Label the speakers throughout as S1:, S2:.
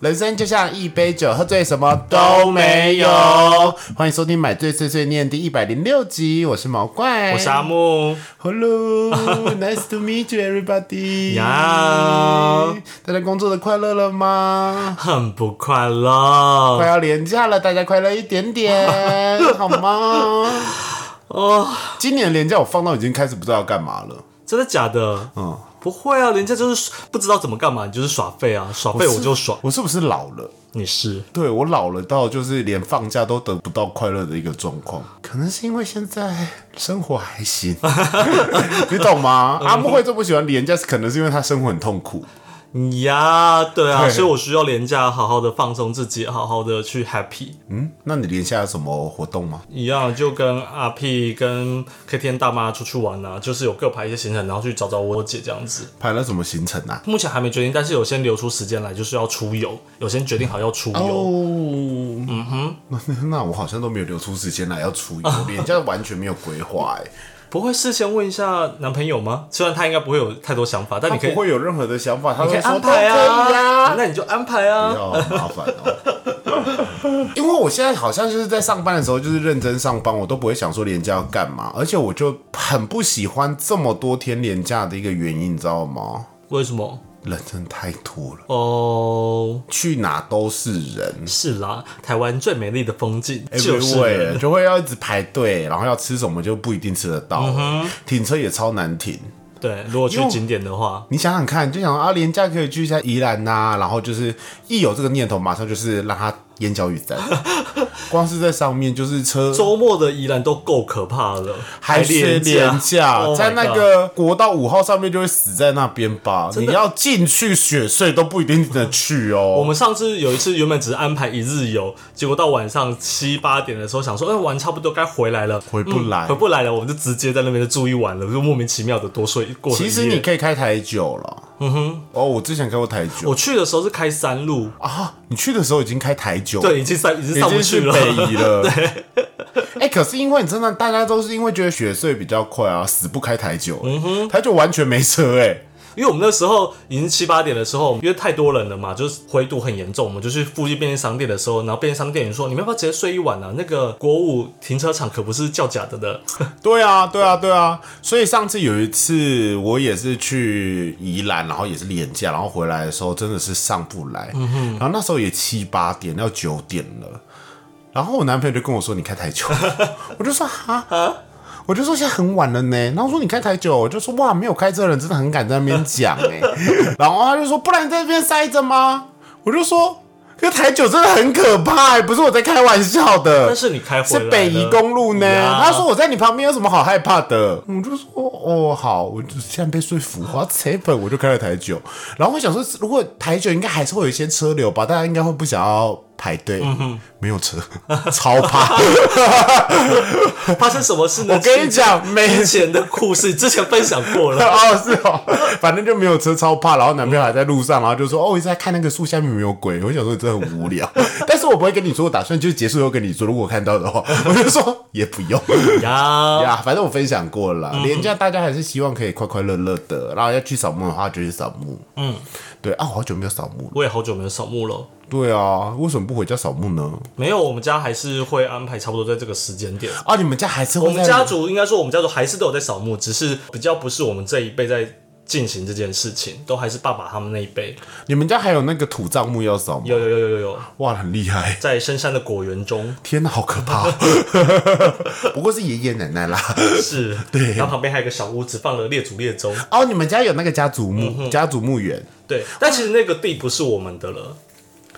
S1: 人生就像一杯酒，喝醉什么都没有。欢迎收听《买醉碎碎念》第一百零六集，我是毛怪，
S2: 我是阿木，
S1: Hello，Nice to meet you, everybody。
S2: 呀
S1: 大家工作的快乐了吗？
S2: 很不快
S1: 快
S2: 乐
S1: 要廉假了，大家快乐一点 点，好吗？
S2: 哦，
S1: 今年廉假我放到已经开始不知道要干嘛了。
S2: 真的假的？
S1: 嗯，
S2: 不会啊，人家就是不知道怎么干嘛，你就是耍废啊，耍废我就爽。
S1: 我是不是老了？
S2: 你是
S1: 对我老了到就是连放假都得不到快乐的一个状况，可能是因为现在生活还行， 你懂吗？
S2: 嗯
S1: 阿木会这么喜欢廉价，可能是因为他生活很痛苦。
S2: 呀，对啊，
S1: 嗯对
S2: 所以我需要廉价好好的放松自己，好好的去 happy。
S1: 嗯，那你廉价有什么活动吗？
S2: 一样就跟阿 P 跟 K 天大妈出去玩啊，就是有各排一些行程，然后去找找我姐这样子。
S1: 排了什么行程啊？
S2: 目前还没决定，但是有先留出时间来，就是要出游，有先决定好要出游。
S1: 哦嗯哼，那那我好像都没有留出时间来要出 游，廉价完全没有规划哎、
S2: 不会事先问一下男朋友吗？虽然他应该不会有太多想法，但
S1: 他
S2: 你可以
S1: 不会有任何的想法，他
S2: 你可
S1: 会
S2: 以
S1: 说
S2: 安
S1: 都可
S2: 排
S1: 以
S2: 啊，
S1: 啊，
S2: 那你就安排啊。
S1: 要麻烦哦。 因为我现在好像就是在上班的时候，就是认真上班，我都不会想说廉假要干嘛，而且我就很不喜欢这么多天廉假的一个原因，你知道吗？
S2: 为什么？
S1: 人真的太多了，
S2: 哦，
S1: 去哪都是人。
S2: 是啦，台湾最美丽的风景就是
S1: everywhere
S2: 人
S1: 就会要一直排队，然后要吃什么就不一定吃得到，
S2: 嗯
S1: 停车也超难停。
S2: 对，如果去
S1: 因为
S2: 景点的话，
S1: 你想想看，就想啊，廉价可以去一下宜兰呐、然后就是一有这个念头，马上就是让它烟消云 散。光是在上面就是车
S2: 周末的宜兰都够可怕了，
S1: 还是
S2: 廉
S1: 廉价，
S2: Oh my
S1: 在那
S2: God
S1: 个国道五号上面就会死在那边吧。你要进去雪隧都不一定能去
S2: 我
S1: 哦。
S2: 们上次有一次原本只是安排一日游，结果到晚上七八点的时候想说，哎、玩差不多该回来了，嗯
S1: 回不来
S2: 回不来了，我们就直接在那边就住一晚了，就莫名其妙的多睡过了一
S1: 其
S2: 夜。
S1: 实你可以开台酒了。嗯哼，哦，我之前开过台酒
S2: 我去的时候是开山路，
S1: 啊。你去的时候已经开台酒，，
S2: 对，已经上已经
S1: 已
S2: 上不
S1: 经
S2: 去
S1: 去
S2: 了。
S1: 北移 了。对。哎、可是因为你真的，大家都是因为觉得雪隧比较快啊，死不开台酒、嗯哼，台酒完全没车哎、
S2: 因为我们那时候已经七八点的时候，因为太多人了嘛，就是灰度很严重，我们就去附近便利商店的时候，然后便利商店员说：“你们要不要直接睡一晚啊？那个国五停车场可不是叫假的 的。
S1: 对啊，对啊，对啊。所以上次有一次，我也是去宜兰，然后也是廉价，然后回来的时候真的是上不来。然后那时候也七八点，要九点了。然后我男朋友就跟我说：“你开台酒。” 我就说：“哈。”我就说现在很晚了呢，然后说你开台酒，我就说哇没有开车的人真的很敢在那边讲哎， 然后他就说不然你在这边塞着吗？我就说这台酒真的很可怕、欸不是我在开玩笑的。
S2: 但是你开回
S1: 是
S2: 来了
S1: 北宜公路呢。
S2: 呀
S1: 他说我在你旁边有什么好害怕的？我就说哦好，我就现在被说服，我要 t 本，我就开了台九。然后我想说，如果台九应该还是会有一些车流吧，大家应该会不想要排队。
S2: 嗯
S1: 没有 车，超怕。
S2: 发生什么事呢？
S1: 我跟你讲，没
S2: 之前的故事之前分享过了。
S1: 哦，是哦，反正就没有车超怕，然后男朋友还在路上，然后就说哦，我一直在看那个树下面有没有鬼。我想说你真的很无聊， 但是我不会跟你说，我打算就结束后跟你说，如果我看到的话，我就说也不用。
S2: 呀，
S1: 呀，反正我分享过了啦，
S2: 嗯
S1: 廉价大家还是希望可以快快乐乐的，然后要去扫墓的话就去扫墓。嗯，对啊，我好久没有扫墓了。
S2: 我也好久没有扫墓了。
S1: 对啊，为什么不回家扫墓呢？
S2: 没有，我们家还是会安排差不多在这个时间点。
S1: 啊，你们家还是会
S2: 我们
S1: 在
S2: 家族应该说，我们家族还是都有在扫墓，只是比较不是我们这一辈在进行这件事情，都还是爸爸他们那一辈。
S1: 你们家还有那个土葬墓要扫吗？
S2: 有有有有有有，
S1: 哇，很厉害！
S2: 在深山的果 园中
S1: 天哪，好可怕、 不过是爷爷奶奶啦。
S2: 是，对，然后旁边还有一个小屋子放了列祖列宗，
S1: 哦，你们家有那个家族
S2: 嗯
S1: 墓、家族墓园
S2: 对，但其实那个地不是我们的了，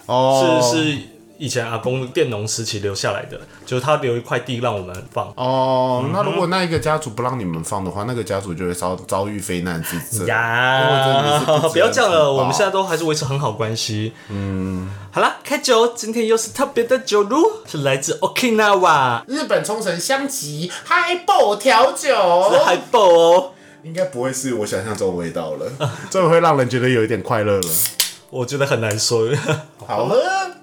S1: 哦，
S2: 是是以前阿公佃农时期留下来的，就是他留一块地让我们放。
S1: 哦。
S2: 嗯
S1: 那如果那一个家族不让你们放的话，那个家族就会遭遭遇非难之责。
S2: 呀
S1: 哦因为真的是不知道
S2: 不要这样了，
S1: 怎么
S2: 我
S1: 办
S2: 们现在都还是维持很好关系。嗯，好啦，开酒，今天又是特别的酒lu，是来自 Okinawa
S1: 日本冲绳香吉嗨爆调 酒，
S2: 海报哦。
S1: 应该不会是我想象中的味道了，这会让人觉得有一点快乐了。
S2: 我觉得很 难说，
S1: 好喝，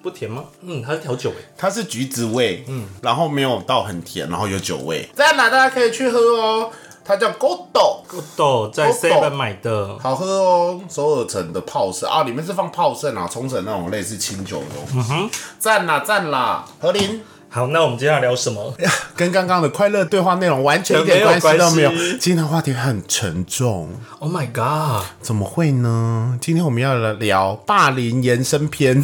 S2: 不甜吗？嗯，它是调酒诶。
S1: 它是橘子味，嗯，然后没有到很甜，然后有酒味，在哪大家可以去喝哦。它叫 Godo，
S2: 豆在
S1: Coco
S2: Seven 买的，
S1: 好喝哦，首尔城的泡盛啊，里面是放泡盛啊，冲绳那种类似清酒的东西，赞、啦赞啦，何林。
S2: 好，那我们接下来聊什 么？
S1: 跟刚刚的快乐对话内容完全一点关系都没有
S2: 没有关系。
S1: 今天的话题很沉重，
S2: Oh my god！
S1: 怎么会呢？今天我们要来聊霸凌延伸 篇，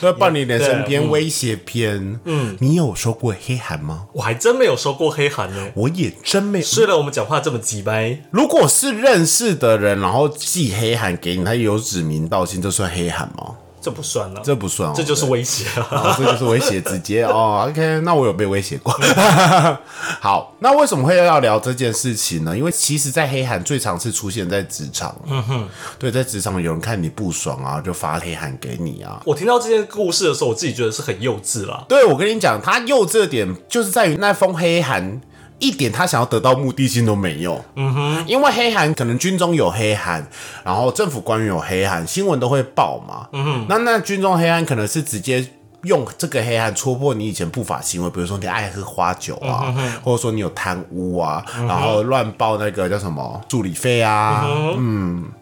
S1: 那霸凌延伸
S2: 嗯
S1: 篇、威胁篇。嗯，你有收过黑函吗？
S2: 我还真没有收过黑函呢。
S1: 我也真没。
S2: 虽然我们讲话这么直白，
S1: 如果是认识的人，然后寄黑函给你，他有指名道姓，这算黑函吗？
S2: 这不算了，
S1: 这不算哦，
S2: 这就是威胁啊！
S1: 哦，这就是威胁，直接哦。OK，那我有被威胁过。 好，那为什么会要聊这件事情呢？因为其实，在黑函最常是出现在职场。嗯哼，对，在职场有人看你不爽啊，就发黑函给你啊。
S2: 我听到这件故事的时候，我自己觉得是很幼稚啦。
S1: 对，我跟你讲，他幼稚的点就是在于那封黑函。一点他想要得到目的性都没有，嗯哼，因为黑函可能军中有黑函，然后政府官员有黑函，新闻都会报嘛，嗯哼，那那军中黑函可能是直接用这个黑函戳破你以前不法行为，比如说你爱喝花酒啊，或者说你有贪污啊，然后乱报那个叫什么助理费啊，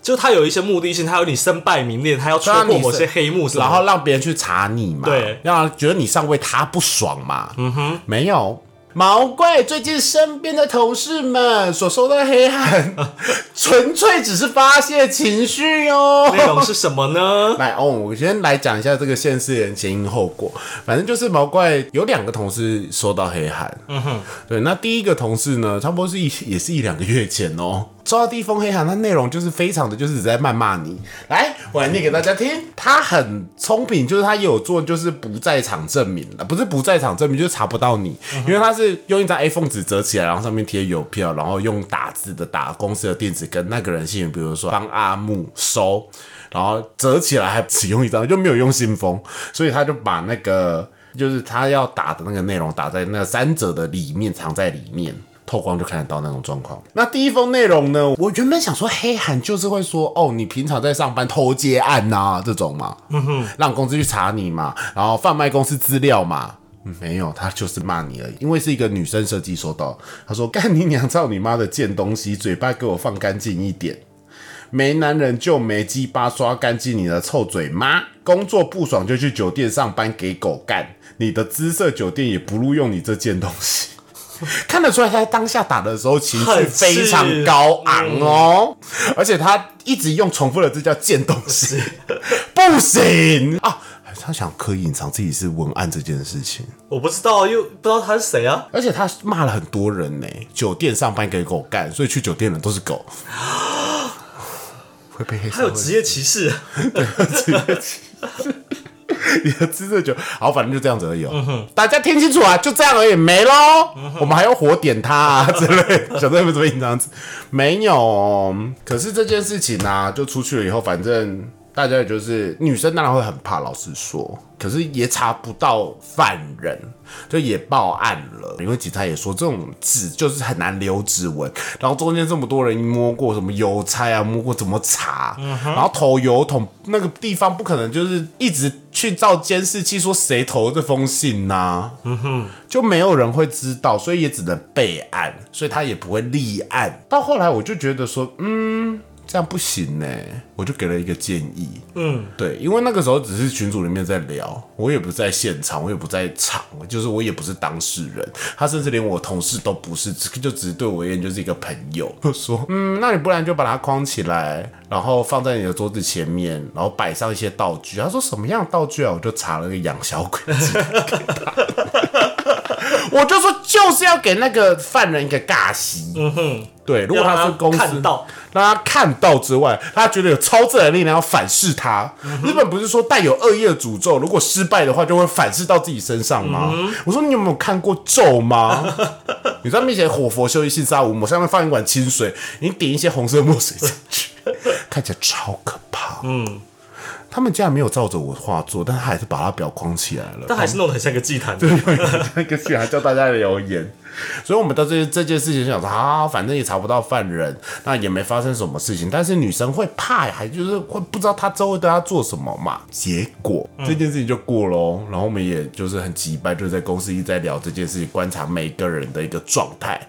S2: 就他有一些目的性，他有你身败名裂，他要戳
S1: 当然
S2: 破
S1: 你
S2: 某
S1: 是
S2: 些黑幕什么
S1: 然
S2: 的，
S1: 后让别人去查你嘛，
S2: 对
S1: 让他觉得你上位他不爽嘛，嗯哼，没有。毛怪最近身边的同事们所收到的黑 函，纯粹只是发泄情绪哦。
S2: 内容是什么呢？
S1: 来哦，我先来讲一下这个现世人前因后果。反正就是毛怪有两个同事收到黑函，嗯哼，对。那第一个同事呢，差不多是一也是一两个月前哦，收到第一封黑函，它内容就是非常的就是只在谩骂你。来，我来念给大家听。他很聪明，就是他也有做就是不在场证明了，不是不在场证明，就是查不到你，因为他是用一张 A 缝纸折起来，然后上面贴邮票，然后用打字的打公司的地址跟那个人姓名，比如说帮阿木收。然后折起来还只用一张，就没有用信封，所以他就把那个就是他要打的那个内容打在那个三折的里面，藏在里面。透光就看得到那种状况。那第一封内容呢？我原本想说黑函就是会说哦，你平常在上班偷接案呐、这种嘛，嗯哼，让公司去查你嘛，然后贩卖公司资料嘛。嗯没有，他就是骂你而已，因为是一个女生设计收到，他说干你娘，照你妈的贱东西，嘴巴给我放干净一点。没男人就没鸡巴刷干净你的臭嘴妈！工作不爽就去酒店上班给狗干，你的姿色酒店也不录用你这件东西。看得出来，他在当下打的时候情绪非常高昂哦，而且他一直用重复的字叫“贱东西”，不行啊！他想刻意隐藏自己是文案这件事情，
S2: 我不知道，又不知道他是谁啊。
S1: 而且他骂了很多人呢、酒店上班给狗干，所以去酒店的都是狗， 会被黑
S2: 他
S1: 社
S2: 有
S1: 会
S2: 职业歧视，啊
S1: 你的姿色酒，好，反正就这样子而已哦。大家听清楚啊，就这样而已，没喽。我们还要火点他啊之类的，想对不对？这样子没有哦。可是这件事情呢、啊，就出去了以后，反正大家也就是女生当然会很怕，老实说，可是也查不到犯人，就也报案了。因为警察也说，这种纸就是很难留指纹，然后中间这么多人摸过什么邮差啊，摸过怎么查，然后投邮筒那个地方不可能就是一直去照监视器说谁投这封信呐、就没有人会知道，所以也只能备案，所以他也不会立案。到后来我就觉得说，嗯，这样不行呢、我就给了一个建议，嗯，对，因为那个时候只是群组里面在聊，我也不在现场，我也不在场，就是我也不是当事人，他甚至连我同事都不是，只就只是对我而言就是一个朋友。我说，嗯，那你不然就把它框起来，然后放在你的桌子前面，然后摆上一些道具。他说什么样的道具啊？我就查了个养小鬼之 类的我就说就是要给那个犯人一个尬戏。嗯哼，对，如果他是公司，
S2: 让他看到
S1: 让他看到之外，他觉得有超自然的力量要反噬他。日本不是说带有恶意的诅咒，如果失败的话就会反噬到自己身上吗？我说你有没有看过咒吗？你在面前火佛修一信杀无魔，上面放一碗清水，你点一些红色墨水进去，看起来超可怕。嗯。他们竟然没有照着我画做，但他还是把它裱框起来了。
S2: 但还是弄得很像个祭坛。对，
S1: 那个竟然叫大家留言。所以我们到这这件事情想说啊，反正也查不到犯人，那也没发生什么事情。但是女生会怕，还就是会不知道她周围对她做什么嘛。结果、这件事情就过喽，然后我们也就是很急掰，就在公司一直在聊这件事情，观察每个人的一个状态，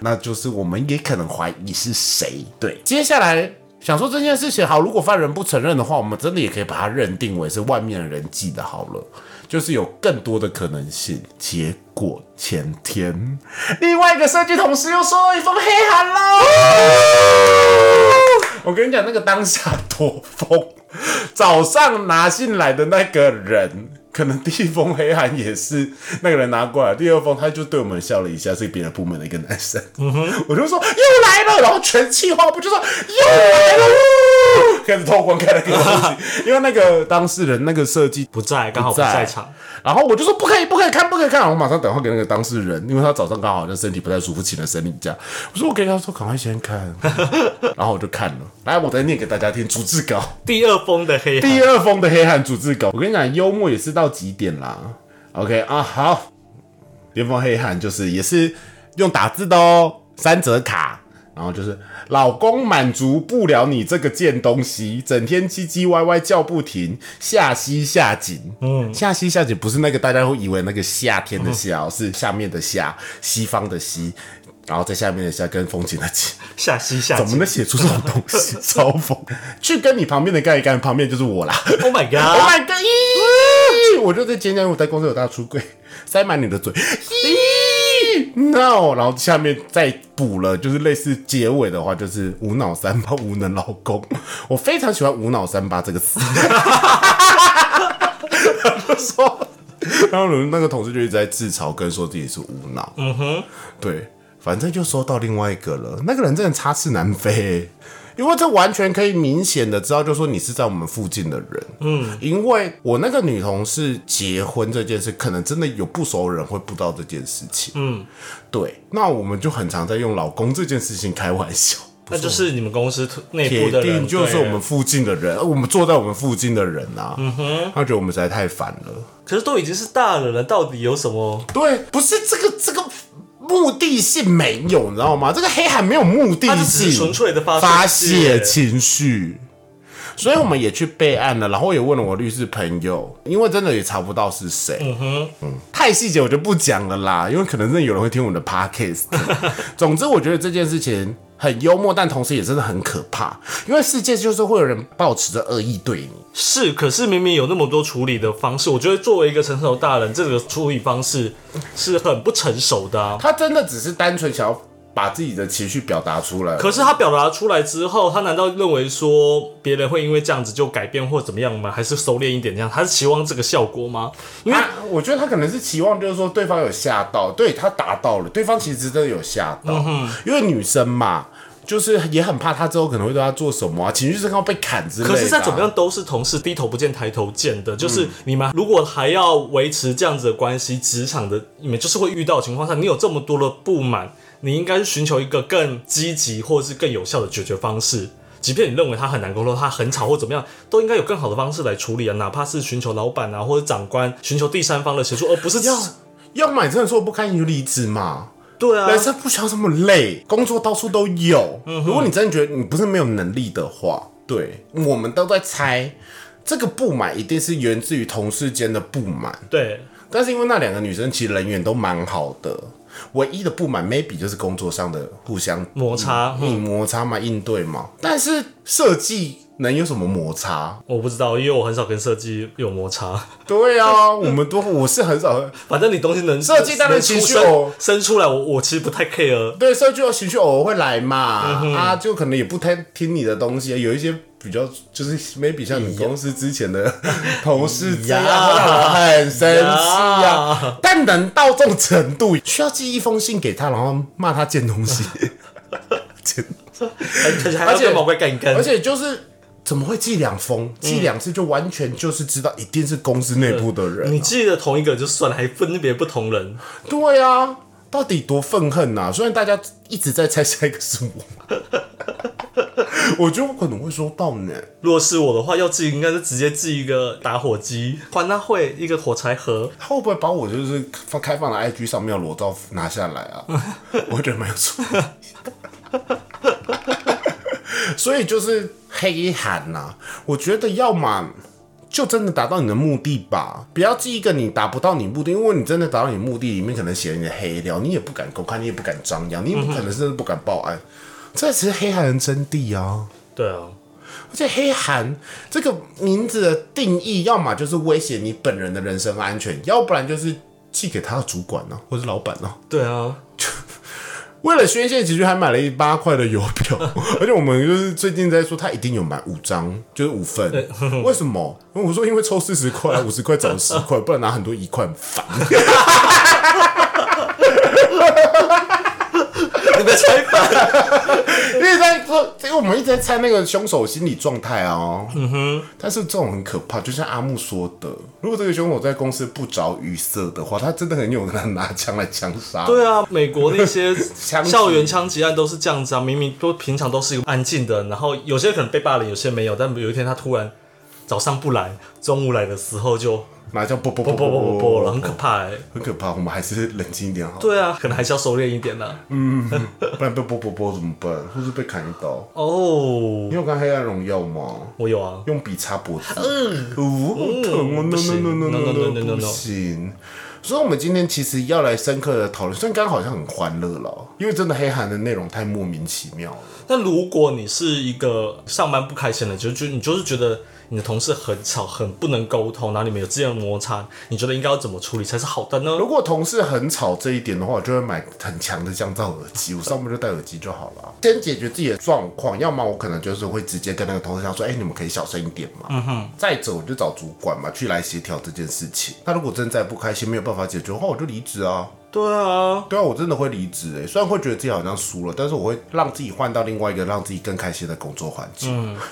S1: 那就是我们也可能怀疑是谁。对，接下来。想说这件事情好，如果犯人不承认的话，我们真的也可以把它认定为是外面的人记的，好了，就是有更多的可能性。结果前天，另外一个设计同事又收到一封黑函喽。我跟你讲，那个当下多疯，早上拿信来的那个人，可能第一封黑函也是那个人拿过来，第二封他就对我们笑了一下，是别的部门的一个男生。我就说又来了，然后全气话不就说又来了，开始偷光开了个东西，因为那个当事人那个设计
S2: 不在，刚好不在场。
S1: 然后我就说不可以，不可以看，不可以看。然后我马上打电话给那个当事人，因为他早上刚好好像身体不太舒服，请了生理假。我说我给他说赶快先看，然后我就看了。来，我再念给大家听逐字稿，
S2: 第二封的黑函
S1: 第二封的黑汉逐字稿。我跟你讲，幽默也是到极点啦。OK 啊，好，巅峰黑汉就是也是用打字的哦，三折卡。然后就是老公满足不了你这个贱东西，整天唧唧歪歪叫不停，下西下井。嗯，下西下井不是那个大家会以为那个夏天的夏哦，是下面的下，西方的西，然后在下面的下跟风景的景。
S2: 下西下
S1: 怎么
S2: 井
S1: 能写出这种东西？ 超疯！去跟你旁边的干一干，旁边就是我啦。
S2: ，Oh my
S1: Oh
S2: god！
S1: my god！咦我就在尖叫，我在公司有大出柜，塞满你的嘴。咦 No，然后下面再补了，就是类似结尾的话，就是无脑三八无能老公。我非常喜欢“无脑三八”这个词。就说，然后那个同事就一直在自嘲跟说自己是无脑。嗯哼，对，反正就说到另外一个了，那个人真的插翅难飞欸、因为这完全可以明显的知道，就说你是在我们附近的人。嗯，因为我那个女同事结婚这件事，可能真的有不熟人会不知道这件事情。嗯，对，那我们就很常在用老公这件事情开玩 笑。
S2: 那就是你们公司内
S1: 铁
S2: 部的人，
S1: 定就是我
S2: 对啊
S1: 们附近的人，呃我们坐在我们附近的人啊，他觉得我们实在太烦了。
S2: 可是都已经是大人了，到底有什么？
S1: 对，不是这个这个目的性没有，你知道吗？这个黑海没有目的
S2: 他就只
S1: 性，
S2: 是纯粹的发
S1: 发
S2: 泄
S1: 泄情绪。所以我们也去备案了，然后也问了我律师朋友，因为真的也查不到是谁。嗯哼，嗯，太细节我就不讲了啦，因为可能真的有人会听我的 podcast。总之，我觉得这件事情很幽默，但同时也真的很可怕，因为世界就是会有人抱持着恶意对你。
S2: 是，可是明明有那么多处理的方式，我觉得作为一个成熟大人，这个处理方式是很不成熟的、啊。
S1: 他真的只是单纯想要把自己的情绪表达出来。
S2: 可是他表达出来之后，他难道认为说别人会因为这样子就改变或怎么样吗？还是收敛一点这样？他是期望这个效果吗？因为
S1: 他啊我觉得他可能是期望，就是说对方有吓到，对他达到了，对方其实真的有吓到，
S2: 嗯
S1: 因为女生嘛，就是也很怕他之后可能会对他做什么啊，情绪是要被砍之类的啊、嗯
S2: 可是再怎么样都是同事，低头不见抬头见的，就是你们如果还要维持这样子的关系，职场的你们就是会遇到的情况下，你有这么多的不满，你应该是寻求一个更积极或是更有效的解决方式。即便你认为他很难沟通，他很吵或怎么样，都应该有更好的方式来处理啊，哪怕是寻求老板啊或者长官，寻求第三方的协助，而不是这样。
S1: 要么你真的说不堪你就离职嘛。
S2: 对啊，嗯
S1: 人生不需要这么累，工作到处都有。如果你真的觉得你不是没有能力的话，对我们都在猜，这个不满一定是源自于同事间的不满。
S2: 对，
S1: 但是因为那两个女生其实人缘都蛮好的，唯一的不满 maybe 就是工作上的互相
S2: 摩擦嗯
S1: 硬摩擦嘛，应对嘛。但是设计能有什么摩擦？
S2: 我不知道，因为我很少跟设计有摩擦。
S1: 对啊，我们都我是很少
S2: 反正你东西能
S1: 设计当然
S2: 能出
S1: 情绪
S2: 生
S1: 哦
S2: 生出来我，我其实不太 care。
S1: 对设计的情绪偶尔会来
S2: 嗯
S1: 嘛，啊，就可能也不太听你的东西，啊有一些。比较就是 maybe 像你公司之前 的同事这样，
S2: 呀
S1: 会让我很生气啊
S2: 呀。
S1: 但能到这种程度，需要寄一封信给他，然后骂他贱东西，贱
S2: 而哎且还要
S1: 而且
S2: 跟毛怪干一干
S1: 而。且就是怎么会寄两封，寄两次就完全就是知道一定是公司内部的人、
S2: 你
S1: 啊。
S2: 记得同一个就算了，还分别不同人，
S1: 对啊，到底多愤恨呐、啊！虽然大家一直在猜下一个是我， 我觉得我可能会收到呢。
S2: 如果是我的话，要寄应该是直接寄一个打火机、欢纳会、一个火柴盒。
S1: 他会不会把我就是放开放的 IG 上面的裸照拿下来啊？我觉得蛮有错。 所以就是黑函呐、我觉得要么就真的达到你的目的吧，不要寄一个你达不到你目的，因为你真的达到你目的，里面可能写你的黑料，你也不敢公开，你也不敢张扬，你也不可能甚至不敢报案，这才是黑函的真谛啊。
S2: 对啊，
S1: 而且“黑函”这个名字的定义，要么就是威胁你本人的人身安全，要不然就是寄给他的主管呢、或是老板呢、
S2: 对啊，
S1: 为了宣泄情绪，还买了一八块的邮票， 而且我们就是最近在说，他一定有买五张，就是五份。为什么？我说因为抽四十块、啊五十块找十块，不然拿很多一块很烦。
S2: 你别拆版。
S1: 因为在说，因为我们一直在猜那个凶手心理状态啊。嗯哼。但是这种很可怕，就像阿木说的，如果这个凶手在公司不着于色的话，他真的很有可能拿枪来枪杀。
S2: 对啊，美国那些
S1: 枪击
S2: 校园枪击案都是这样子啊，明明都平常都是一个安静的，然后有些可能被霸凌，有些没有，但有一天他突然早上不来，中午来的时候就哦
S1: 拿枪啵啵啵
S2: 啵
S1: 啵
S2: 啵啵
S1: 啵
S2: 啵了，很可怕哎、
S1: 很可怕。我们还是冷静一点好了，
S2: 对啊，可能还是要收敛一点啊啦。
S1: 不然被啵啵啵怎么办？或是被砍一刀？
S2: 哦
S1: 你，有看《黑暗荣耀》吗？
S2: 我有啊，
S1: 用笔插脖子，嗯，哦，疼哦
S2: 不行
S1: ，no no no
S2: no, no, no,
S1: no
S2: no,
S1: no
S2: no, no
S1: 不行。所以，我们今天其实要来深刻的讨论，虽然刚刚好像很欢乐了，哦因为真的黑韩的内容太莫名其妙了。
S2: 但如果你是一个上班不开心的，就就你就是觉得你的同事很吵，很不能沟通，然后你们有之间的摩擦，你觉得应该要怎么处理才是好的呢？
S1: 如果同事很吵这一点的话，我就会买很强的降噪耳机，我上班就戴耳机就好了。先解决自己的状况，要么我可能就是会直接跟那个同事讲说，哎、你们可以小声一点嘛。嗯哼。再者，我就找主管嘛，去来协调这件事情。那如果真在不开心没有办法解决的话，我就离职啊。
S2: 对啊，
S1: 对啊，我真的会离职诶，虽然会觉得自己好像输了，但是我会让自己换到另外一个让自己更开心的工作环境。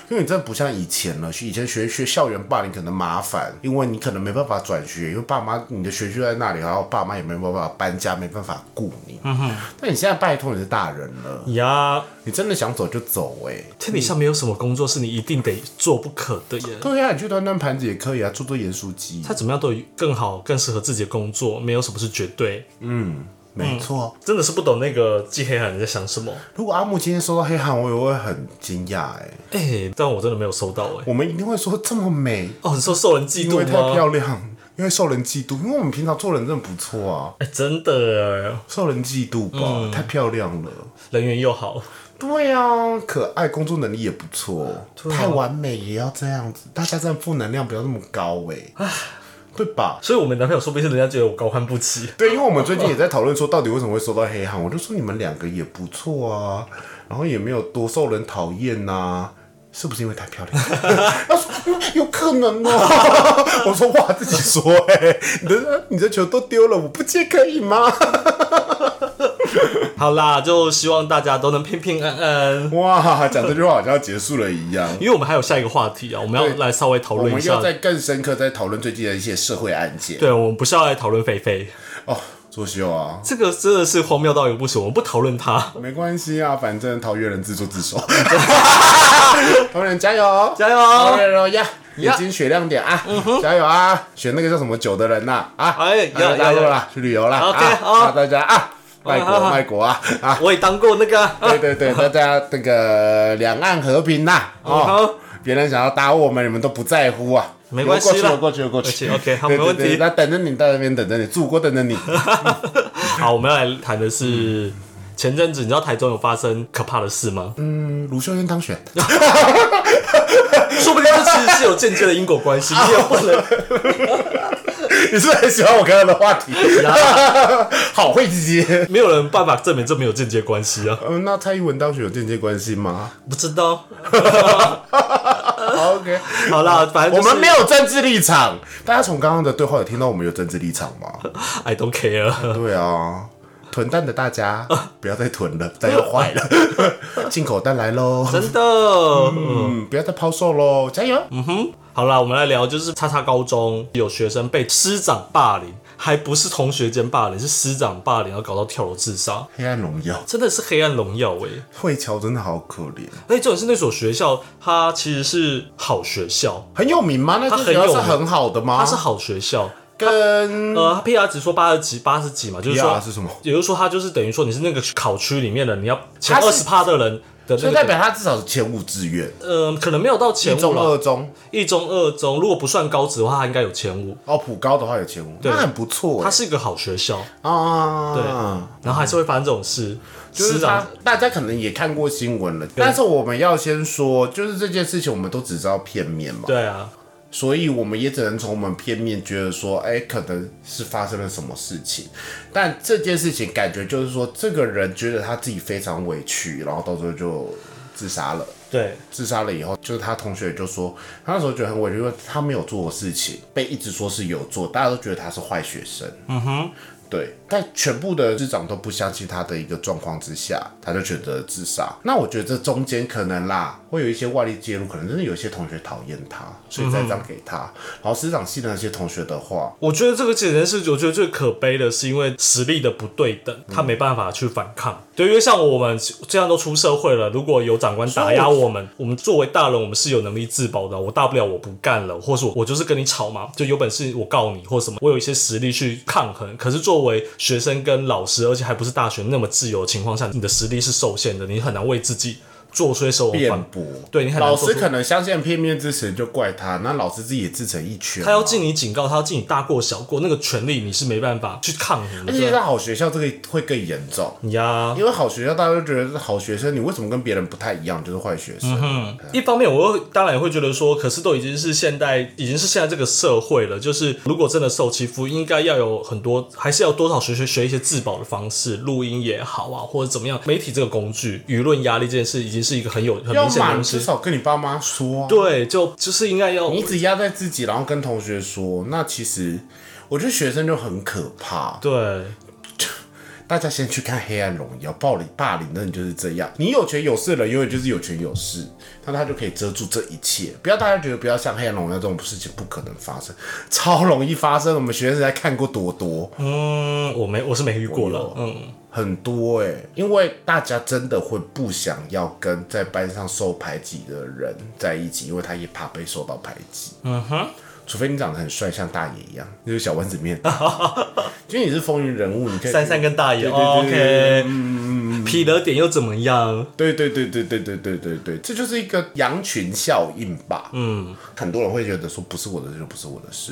S1: 因为你真的不像以前了，以前学学校园霸凌可能麻烦，因为你可能没办法转学，因为爸妈你的学区在那里，然后爸妈也没办法搬家，没办法顾你。但你现在拜托你是大人了，
S2: 呀，
S1: 你真的想走就走欸诶。
S2: 天底下没有什么工作是你一定得做不可的耶。
S1: 对啊呀、你去端端盘子也可以啊，做做盐酥鸡。
S2: 他怎么样都有更好、更适合自己的工作，没有什么是绝对。
S1: 没错。
S2: 真的是不懂那个季黑寒在想什么。
S1: 如果阿木今天收到黑函，我也会很惊讶诶。
S2: 哎、但我真的没有收到哎、
S1: 我们一定会说这么美，
S2: 哦，你说受人嫉
S1: 因为
S2: 妒
S1: 太
S2: 吗？
S1: 漂亮，因为受人嫉妒，因为我们平常做人真的不错啊，
S2: 哎、真的哎，
S1: 受人嫉妒吧，太漂亮了。
S2: 人缘又好，
S1: 对啊，可爱，工作能力也不错，太完美也要这样子，大家真的负能量不要那么高哎、对吧？
S2: 所以我们男朋友说不定是人家觉得我高攀不起。
S1: 对，因为我们最近也在讨论说，到底为什么会收到黑函，我就说你们两个也不错啊，然后也没有多受人讨厌呐，是不是因为太漂亮？ 他说嗯有可能哦， 我说哇，自己说哎、你的你的球都丢了，我不接可以吗？
S2: 好啦，就希望大家都能平平安安，
S1: 哇，讲这句话好像要结束了一样。
S2: 因为我们还有下一个话题啊，我们要
S1: 对
S2: 来稍微讨
S1: 我
S2: 论一
S1: 们
S2: 下
S1: 要。再更深刻，再讨论最近的一些社会案件
S2: 对，我们不是要来讨论肥肥，
S1: 哦，作秀啊，
S2: 这个真的是荒谬到一个不行，我们不讨论他。
S1: 没关系啊，反正桃园人自作自 受，桃园人加油，哦
S2: 加油！哦嗯
S1: 桃园人呀，眼睛雪亮点啊，加油啊，选那个叫什么酒的人呐啊，
S2: 哎
S1: 大家
S2: 要
S1: 加入
S2: 要
S1: 啦，去旅游啦
S2: OK，
S1: 啊
S2: 好
S1: 啊，大家啊，卖
S2: 好好
S1: 国卖国啊啊，
S2: 我也当过那个啊，嗯
S1: 对对对，大家那个两岸和平呐
S2: 好
S1: 哦。别人想要打我们，你们都不在乎啊！
S2: 没关系啦
S1: 游过去，游过去，游过去。
S2: 而且，OK，好
S1: 对
S2: 没问
S1: 对对
S2: 题
S1: 那等着你到那边等着你，祖国等着 你。
S2: 好，我们要来谈的是前阵子，你知道台中有发生可怕的事吗？
S1: 嗯卢秀燕当选，
S2: 说不定这其实是有间接的因果关 系，你也不能。
S1: 你是不是很喜欢我刚刚的话题？
S2: 啊
S1: 好会接。
S2: 没有人办法证明这没有间接关系啊！
S1: 嗯，那蔡英文当选有间接关系吗
S2: 不知道。呃
S1: ？OK，
S2: 好啦，反正、
S1: 我
S2: 就是、
S1: 们没有政治立场。大家从刚刚的对话有听到我们有政治立场吗？
S2: ，I don't care。
S1: 对啊，囤蛋的大家
S2: 呃
S1: 不要再囤了，再又坏了。进口蛋来喽，
S2: 真的， 嗯
S1: 嗯，不要再抛售喽，加油！
S2: 好啦，我们来聊，就是叉叉高中有学生被师长霸凌，还不是同学间霸凌，是师长霸凌，然后搞到跳楼自杀，
S1: 黑暗荣耀，
S2: 真的是黑暗荣耀哎、
S1: 慧乔真的好可怜，
S2: 而且重点是那所学校，它其实是好学校，
S1: 很有名吗？那
S2: 他
S1: 间学
S2: 很
S1: 校
S2: 有
S1: 是
S2: 名
S1: 很好的吗？
S2: 它是好学校。
S1: 跟
S2: 呃，它 PR 值说八十几，八十几嘛，就是说
S1: PR 是什么
S2: 也就是说，它就是等于说你是那个考区里面的，你要前
S1: 它是
S2: 二十趴的人的
S1: 所
S2: 那
S1: 以代
S2: 个，
S1: 表他至少是前五志愿，
S2: 呃，可能没有到前
S1: 一
S2: 五
S1: 中
S2: 了，
S1: 二中
S2: 一中、二中，如果不算高职的话，它应该有前五。
S1: 哦，普高的话有前五，那很不错
S2: 它
S1: 哎、
S2: 是一个好学校，
S1: 啊，
S2: 对然后还是会发生这种事。
S1: 就是
S2: 师
S1: 他
S2: 长，，
S1: 大家可能也看过新闻了，但是我们要先说，就是这件事情我们都只知道片面嘛，
S2: 对啊，
S1: 所以我们也只能从我们片面觉得说，哎、可能是发生了什么事情，但这件事情感觉就是说，这个人觉得他自己非常委屈，然后到最后就自杀了。
S2: 对，
S1: 自杀了以后，就是他同学就说，他那时候觉得很委屈，因为他没有做的事情被一直说是有做，大家都觉得他是坏学生。嗯哼，对。但全部的师长都不相信他的一个状况之下，他就选择自杀。那我觉得这中间可能啦，会有一些外力介入，可能真的有一些同学讨厌他，所以
S2: 嗯
S1: 再这样给他。然后师长信了那些同学的话，
S2: 我觉得这个简直是我觉得最可悲的，是因为实力的不对等，
S1: 嗯
S2: 他没办法去反抗。对，因为像我们这样都出社会了，如果有长官打压我
S1: 嗯
S2: 们，我们作为大人，我们是有能力自保的。我大不了我不干了，或是我我就是跟你吵嘛，就有本事我告你或什么，我有一些实力去抗衡。可是作为学生跟老师，而且还不是大学那么自由的情况下，你的实力是受限的，你很难为自己做出一手
S1: 辩
S2: 反。
S1: 驳，
S2: 对你很难
S1: 老
S2: 做
S1: 师
S2: 出
S1: 可能相信片面之词就怪他，那老师自己也自成一圈。
S2: 他要进你警告，他要进你大过小过，那个权利你是没办法去抗衡的。
S1: 而且在好学校这个会更严重。
S2: 呀，
S1: 因为好学校，大家都觉得是好学生，你为什么跟别人不太一样，就是坏学生？嗯，
S2: 一方面，我又当然也会觉得说，可是都已经是现代，已经是现在这个社会了。就是如果真的受欺负，应该要有很多，还是要多少学学学一些自保的方式，录音也好啊，或者怎么样。媒体这个工具，舆论压力这件事，已经是一个很有很
S1: 要
S2: 明显的
S1: 嘛，
S2: 东
S1: 你至
S2: 西。
S1: 少跟你爸妈说、啊。，
S2: 对，就就是应该要
S1: 你一直压在自己，然后跟同学说，那其实我觉得学生就很可怕。
S2: 对
S1: 大家先去看《黑暗荣耀》，暴力霸凌真的就是这样，你有权有势了，永远就是有权有势，那他就可以遮住这一切。不要大家觉得不要像《黑暗荣耀》这种事情不可能发生，超容易发生。我们学生才看过多多，
S2: 嗯，我没我是没遇过了，嗯，
S1: 很多哎、因为大家真的会不想要跟在班上受排挤的人在一起，因为他也怕被受到排挤。嗯哼，除非你长得很帅，像大爷一样，就是小丸子面，因为你是风云人物，你可以
S2: 三三跟大爷哦
S1: 对对对对
S2: ，OK，痞了点又怎么样？
S1: 对对对对对对对对对，这就是一个羊群效应吧。嗯，很多人会觉得说不是我的事就不是我的事，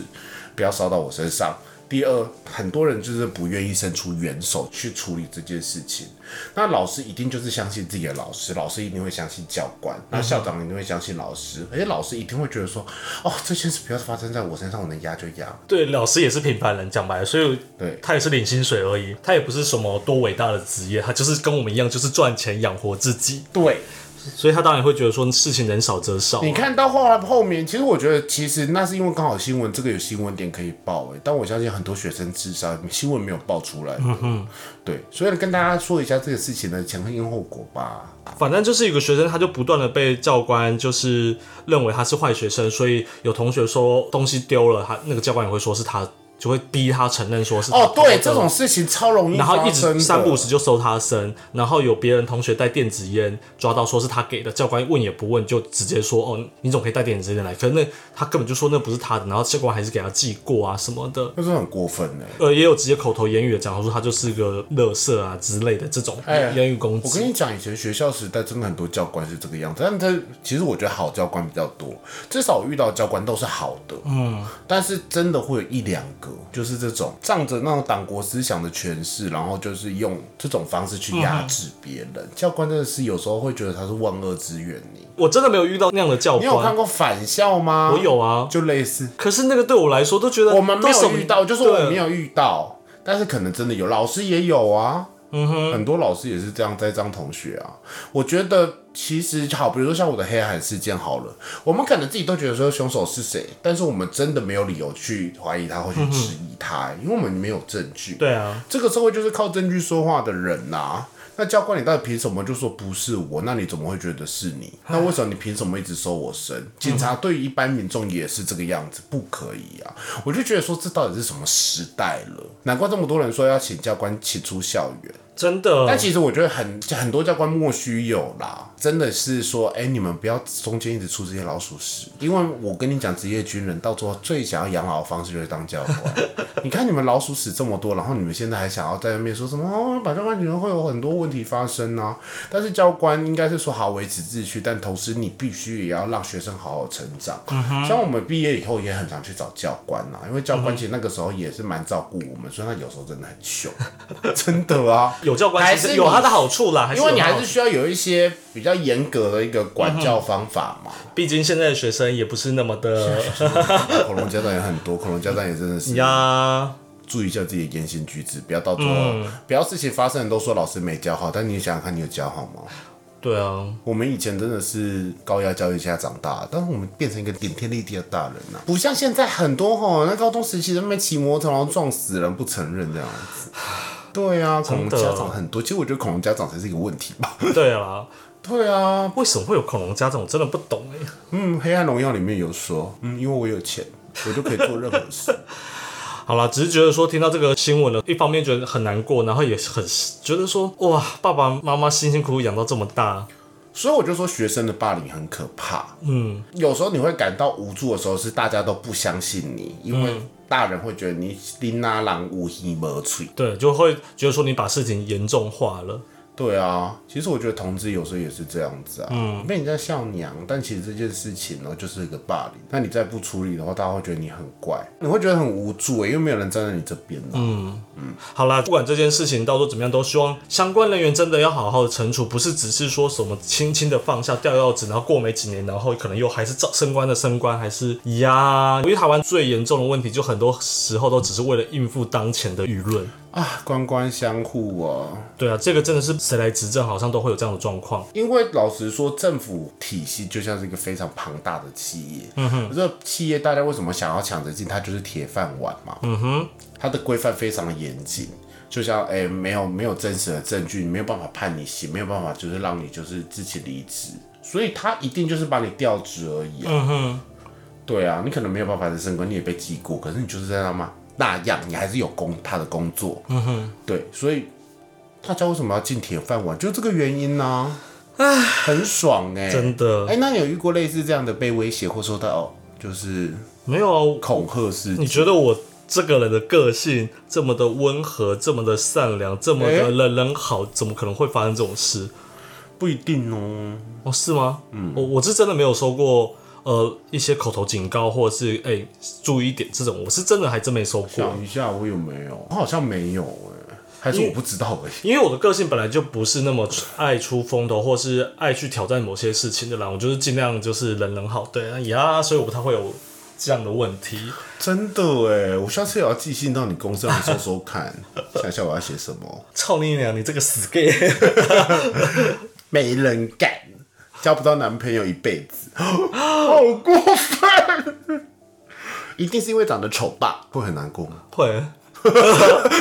S1: 不要烧到我身上。第二，很多人就是不愿意伸出援手去处理这件事情。那老师一定就是相信自己的老师，老师一定会相信教官，那校长一定会相信老师，而且老师一定会觉得说，哦，这件事不要发生在我身上，我能压就压。
S2: 对，老师也是平凡人，讲白了，所以
S1: 对
S2: 他也是领薪水而已，他也不是什么多伟大的职业，他就是跟我们一样，就是赚钱养活自己，
S1: 对，
S2: 所以他当然会觉得说事情人少则少啊。
S1: 你看到后来后面，其实我觉得，其实那是因为刚好新闻这个有新闻点可以报哎、但我相信很多学生自杀，新闻没有报出来。
S2: 嗯
S1: 对，所以跟大家说一下这个事情的前因后果吧。
S2: 反正就是有个学生，他就不断的被教官就是认为他是坏学生，所以有同学说东西丢了，他那个教官也会说是他，就会逼他承认说是他
S1: 哦，
S2: 偷的
S1: 对，这种事情超容易
S2: 然
S1: 发
S2: 后一
S1: 生
S2: 直
S1: 的
S2: 三不五时就搜他身，然后有别人同学带电子烟抓到说是他给的，教官问也不问就直接说哦，你总可以带电子烟来，可是那他根本就说那不是他的，然后教官还是给他记过啊什么的。
S1: 那是很过分的、
S2: 呃，也有直接口头言语的讲说他就是个乐色啊之类的这种
S1: 哎
S2: 言语攻
S1: 我
S2: 击。
S1: 跟你讲，以前学校时代真的很多教官是这个样子，但他其实我觉得好教官比较多，至少我遇到的教官都是好的，嗯，但是真的会有一两个就是这种仗着那种党国思想的权势，然后就是用这种方式去压制别人。教官真的是有时候会觉得他是万恶之源你。
S2: 我真的没有遇到那样的教
S1: 你有看
S2: 官，
S1: 过返校吗？
S2: 我有啊，
S1: 就类似，
S2: 可是那个对我来说都觉得
S1: 我们没
S2: 都什
S1: 有
S2: 么
S1: 遇到，就是我们没
S2: 对啊
S1: 有遇到，但是可能真的有，老师也有啊。很多老师也是这样栽赃同学啊。我觉得其实好，比如说像我的黑海事件好了，我们可能自己都觉得说凶手是谁，但是我们真的没有理由去怀疑他或去质疑他、因为我们没有证据。
S2: 对啊，
S1: 这个社会就是靠证据说话的人呐、那教官你到底凭什么就说不是我？那你怎么会觉得是你？那为什么你凭什么一直搜我身？警察对于一般民众也是这个样子，不可以啊！我就觉得说这到底是什么时代了？难怪这么多人说要请教官请出校园。
S2: 真的。
S1: 但其实我觉得很很多教官莫须有啦，真的是说，哎、你们不要中间一直出这些老鼠屎，因为我跟你讲，职业军人到最后最想要养老的方式就是当教官。你看你们老鼠屎这么多，然后你们现在还想要在外面说什么哦，把教官女人会有很多问题发生啊。但是教官应该是说好维持秩序，但同时你必须也要让学生好好成长。像我们毕业以后也很常去找教官啊，因为教官其实那个时候也是蛮照顾我们，所以他有时候真的很凶，真的啊。
S2: 有教官
S1: 还
S2: 其实
S1: 是
S2: 有
S1: 你
S2: 他的好处啦，还
S1: 因为
S2: 有
S1: 你
S2: 它的
S1: 还
S2: 好
S1: 是
S2: 处
S1: 需要有一些比较严格的一个管教方法嘛。
S2: 毕竟现在的学生也不是那么 的
S1: 恐龙家长也很多，恐龙家长也真的是
S2: 呀，
S1: 注意一下自己的言行举止，不要到最后、不要事情发生了都说老师没教好，但你想想看，你有教好吗？
S2: 对啊，
S1: 我们以前真的是高压教育下长大，但是我们变成一个顶天立地的大人了、不像现在很多吼，那高中时期在那边骑摩托车然后撞死人不承认这样子。对啊，恐龙
S2: 真的
S1: 家长很多，其实我觉得恐龙家长才是一个问题吧。
S2: 对啊，
S1: 对啊，
S2: 为什么会有恐龙家长？我真的不懂哎、
S1: 嗯，《黑暗荣耀》里面有说，嗯，因为我有钱，我就可以做任何事。
S2: 好啦，只是觉得说听到这个新闻呢，一方面觉得很难过，然后也很觉得说哇，爸爸妈妈辛辛苦苦养到这么大，
S1: 所以我就说，学生的霸凌很可怕。
S2: 嗯，
S1: 有时候你会感到无助的时候，是大家都不相信你，因为大人会觉得你琳拉郎无依无吹。
S2: 对，就会觉得说你把事情严重化了，
S1: 对啊，其实我觉得同志有时候也是这样子啊，嗯，被人家笑娘，但其实这件事情呢，就是一个霸凌。那你再不处理的话，大家会觉得你很怪，你会觉得很无助、欸，因为没有人站在你这边、啊。嗯，
S2: 好啦，不管这件事情到时候怎么样，都希望相关人员真的要好好的惩处，不是只是说什么轻轻的放下吊药纸，然后过没几年，然后可能又还是照升官的升官，还是呀。因为台湾最严重的问题，就很多时候都只是为了应付当前的舆论。
S1: 啊，官官相护哦、
S2: 对啊，这个真的是谁来执政，好像都会有这样的状况。
S1: 因为老实说，政府体系就像是一个非常庞大的企业。嗯哼，这企业大家为什么想要抢着进？它就是铁饭碗嘛。嗯哼，它的规范非常的严谨，就像哎、没有没有真实的证据，没有办法判你刑，没有办法就是让你就是自己离职，所以他一定就是把你调职而已啊。嗯哼，对啊，你可能没有办法再升官，你也被记过，可是你就是在那吗？那样你还是有工他的工作。嗯哼，对，所以。大家为什么要进铁饭碗？就这个原因呢、很爽哎、
S2: 真的
S1: 哎、那你有遇过类似这样的被威胁或受到就是
S2: 没有啊，
S1: 恐吓事
S2: 你
S1: 件？
S2: 觉得我这个人的个性这么的温和，这么的善良，这么的
S1: 诶
S2: 人人好，怎么可能会发生这种事？
S1: 不一定哦。
S2: 哦，是吗？嗯，我我是真的没有收过呃一些口头警告或者是哎、注意一点这种，我是啊真的还真没收过，
S1: 想一下，我有没有？我好像没有哎、还是我不知道欸而已。
S2: 因为我的个性本来就不是那么爱出风头或是爱去挑战某些事情的人，我就是尽量就是人人好，对，那呀，所以我不太会有这样的问题。
S1: 真的哎、我下次也要寄信到你公司让你搜搜看，想一下我要写什么。
S2: 操你娘，你这个死 gay！
S1: 没人干，交不到男朋友一辈子，好过分！一定是因为长得丑吧？会很难过吗？
S2: 会。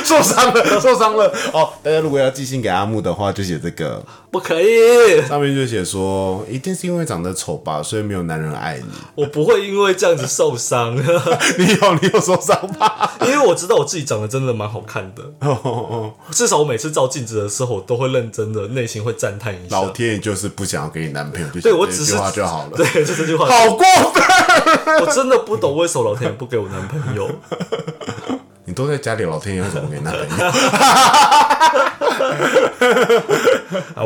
S1: 受伤了，受伤了哦！大家如果要寄信给阿木的话，就写这个。
S2: 不可以，
S1: 上面就写说，一定是因为长得丑吧，所以没有男人爱你。
S2: 我不会因为这样子受伤， 因
S1: 你有你有受伤吧？
S2: 为我知道我自己长得真的蛮好看的。
S1: 哦
S2: 至少我每次照镜子的时候，我都会认真的，内心会赞叹一下。
S1: 老天爷就是不想要给你男朋友，就写
S2: 对我
S1: 这句
S2: 只是
S1: 话就好了。
S2: 对，就这句 话，
S1: 好过分！
S2: 我真的不懂为什么老天爷不给我男朋友。
S1: 你都在家里，老天爷为什么给你男朋友？
S2: 好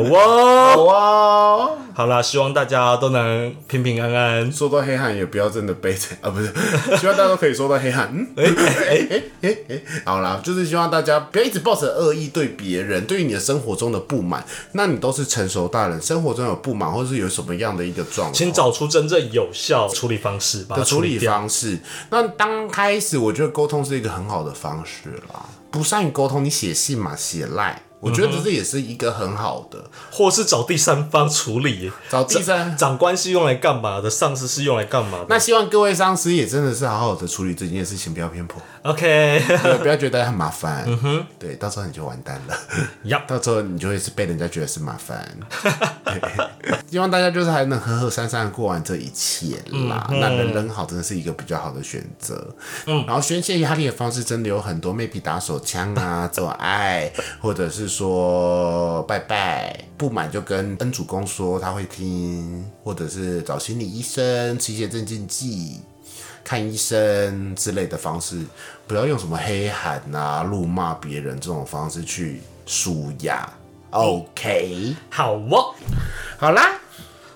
S2: 哇，
S1: 好啊！
S2: 好啦，希望大家都能平平安安。
S1: 说到黑汉，也不要真的悲惨啊，不是， 希望大家都可以说到黑汉。嗯，
S2: 哎 哎哎，
S1: 好啦，就是希望大家不要一直抱着恶意对别人，对于你的生活中的不满，那你都是成熟大人，生活中有不满或是有什么样的一个状
S2: 请
S1: 况。
S2: 找出真正有效处理方式，把它
S1: 的处
S2: 理
S1: 理
S2: 掉。
S1: 方式，那当开始，我觉得沟通是一个很好的方式啦。不善于沟通，你写信嘛，写赖，我觉得这也是一个很好的
S2: 或是找第三方处理。
S1: 找嗯第三。
S2: 长官是用来干嘛的？上司是用来干嘛的
S1: 那希望各位上司也真的是好好的处理这件事情，不要 偏颇，
S2: ？OK，
S1: 对不要觉得很麻烦。嗯哼，对，到时候你就完蛋了。
S2: 呀，
S1: 到时候你就会是被人家觉得是麻烦。 对希望大家就是还能和和善善地过完这一切啦。那人人好真的是一个比较好的选择。嗯，然后宣泄压力的方式真的有很多，maybe 打手枪啊，做爱，或者是说拜拜。不满就跟恩主公说，他会听，或者是找心理医生，吃一些镇静剂。看医生之类的方式，不要用什么黑喊啊、怒骂别人这种方式去舒压。OK，
S2: 好哦，
S1: 好啦，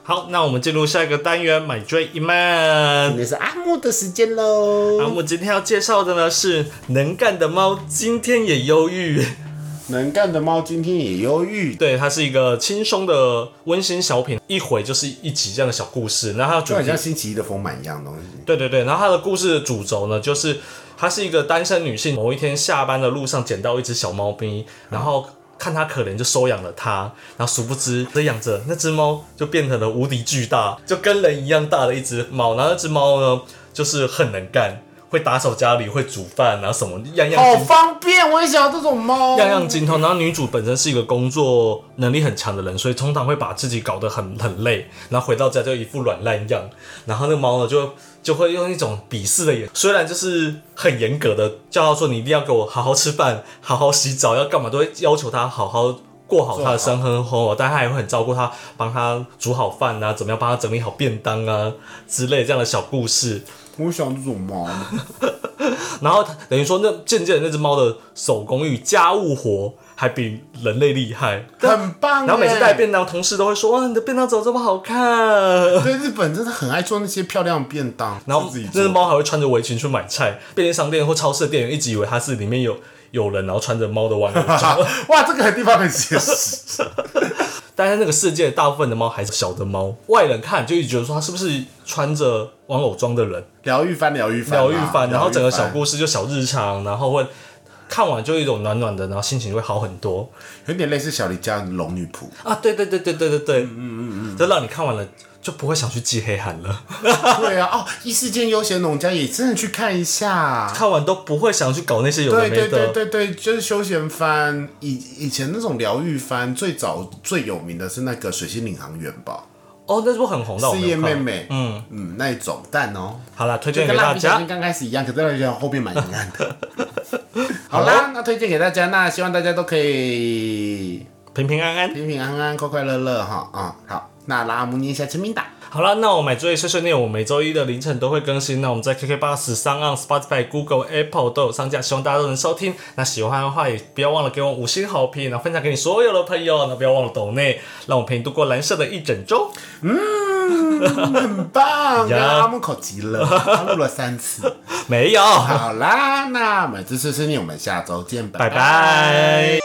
S2: 好，那我们进入下一个单元，买追一漫。
S1: 也是阿木的时间喽。
S2: 那我们今天要介绍的呢是能干的猫，今天也忧郁。
S1: 能干的猫今天也忧郁，
S2: 对，它是一个轻松的温馨小品，一回就是一集这样的小故事。然后它的主
S1: 就很
S2: 题
S1: 像星期一的丰满一样的东西。
S2: 对对对，然后它的故事的主轴呢，就是她是一个单身女性，某一天下班的路上捡到一只小猫咪，然后看它可怜就收养了它，然后殊不知这养着那只猫就变成了无敌巨大，就跟人一样大的一只猫，然后那只猫呢就是很能干，会打扫家里，会煮饭，啊然后什么样样
S1: 好
S2: 精
S1: 方便，我也想要这种猫。
S2: 样样精通。然后女主本身是一个工作能力很强的人，所以通常会把自己搞得很很累，然后回到家就一副软烂样。然后那个猫呢，就就会用一种鄙视的眼，虽然就是很严格的叫他说你一定要给我好好吃饭，好好洗澡，要干嘛都会要求他好好。过好他的生活生活，但他也会很照顾他，帮他煮好饭啊，怎么样帮他整理好便当啊之类这样的小故事。
S1: 我想这种 猫，
S2: 然后它等于说那渐渐的那只猫的手工与家务活还比人类厉害，
S1: 很棒耶。
S2: 然后每次带便当，同事都会说：“哇，你的便当怎么这么好看？”
S1: 对日本真的很爱做那些漂亮的便当，
S2: 然后
S1: 自己
S2: 那只
S1: 做。
S2: 猫还会穿着围裙去买菜，便利商店或超市的店员一直以为它是里面有有人，然后穿着猫的 玩偶装。
S1: 哇，这个地方很写 实。
S2: 但是那个世界大部分的猫还是小的猫，外人看就一直觉得说它是不是穿着玩偶装的人，
S1: 疗愈翻，疗愈翻啊，
S2: 疗愈番，然后整个小
S1: 愈
S2: 故事就小日常，然后会看完就有一种暖暖的，然后心情会好很多。
S1: 翻有点类似小离家的龙女仆。
S2: 啊，对对对对对对对，嗯嗯嗯，就让你看完了就不会想去记黑函 了，
S1: 对啊，哦，异世界悠闲农家也真的去看一下。
S2: 看完都不会想去搞那些有的
S1: 对
S2: 没
S1: 对
S2: 的。
S1: 对对对，就是休闲番，以以前那种疗愈番，最早最有名的是那个水星领航员吧，
S2: 哦，那部很红的，我
S1: 四
S2: 没
S1: 叶
S2: 有
S1: 妹
S2: 看。
S1: 妹，嗯嗯，那一种但哦，
S2: 好啦，推
S1: 就
S2: 荐给
S1: 跟蜡
S2: 大
S1: 笔小
S2: 家
S1: 新。刚开始一样，可是蜡笔小新后面蛮阴暗的。好啦，那推荐给大家，那希望大家都可以
S2: 平平安安。
S1: 平平安安、快快乐乐哈啊、好，那拉姆念一下陈明达，
S2: 好啦，那我买追碎碎念，我每周一的凌晨都会更新。那我们在 KK 八十、上岸、Spotify、Google、Apple 都有上架，希望大家都能收听。那喜欢的话也不要忘了给我五星好评，然后分享给你所有的朋友，那不要忘了抖内，让我陪你度过蓝色的一整周。
S1: 很棒，
S2: 呀
S1: 阿木口急了，他录了三次。
S2: 没有。
S1: 好啦，那我们这次是念，我们下周见，
S2: 拜拜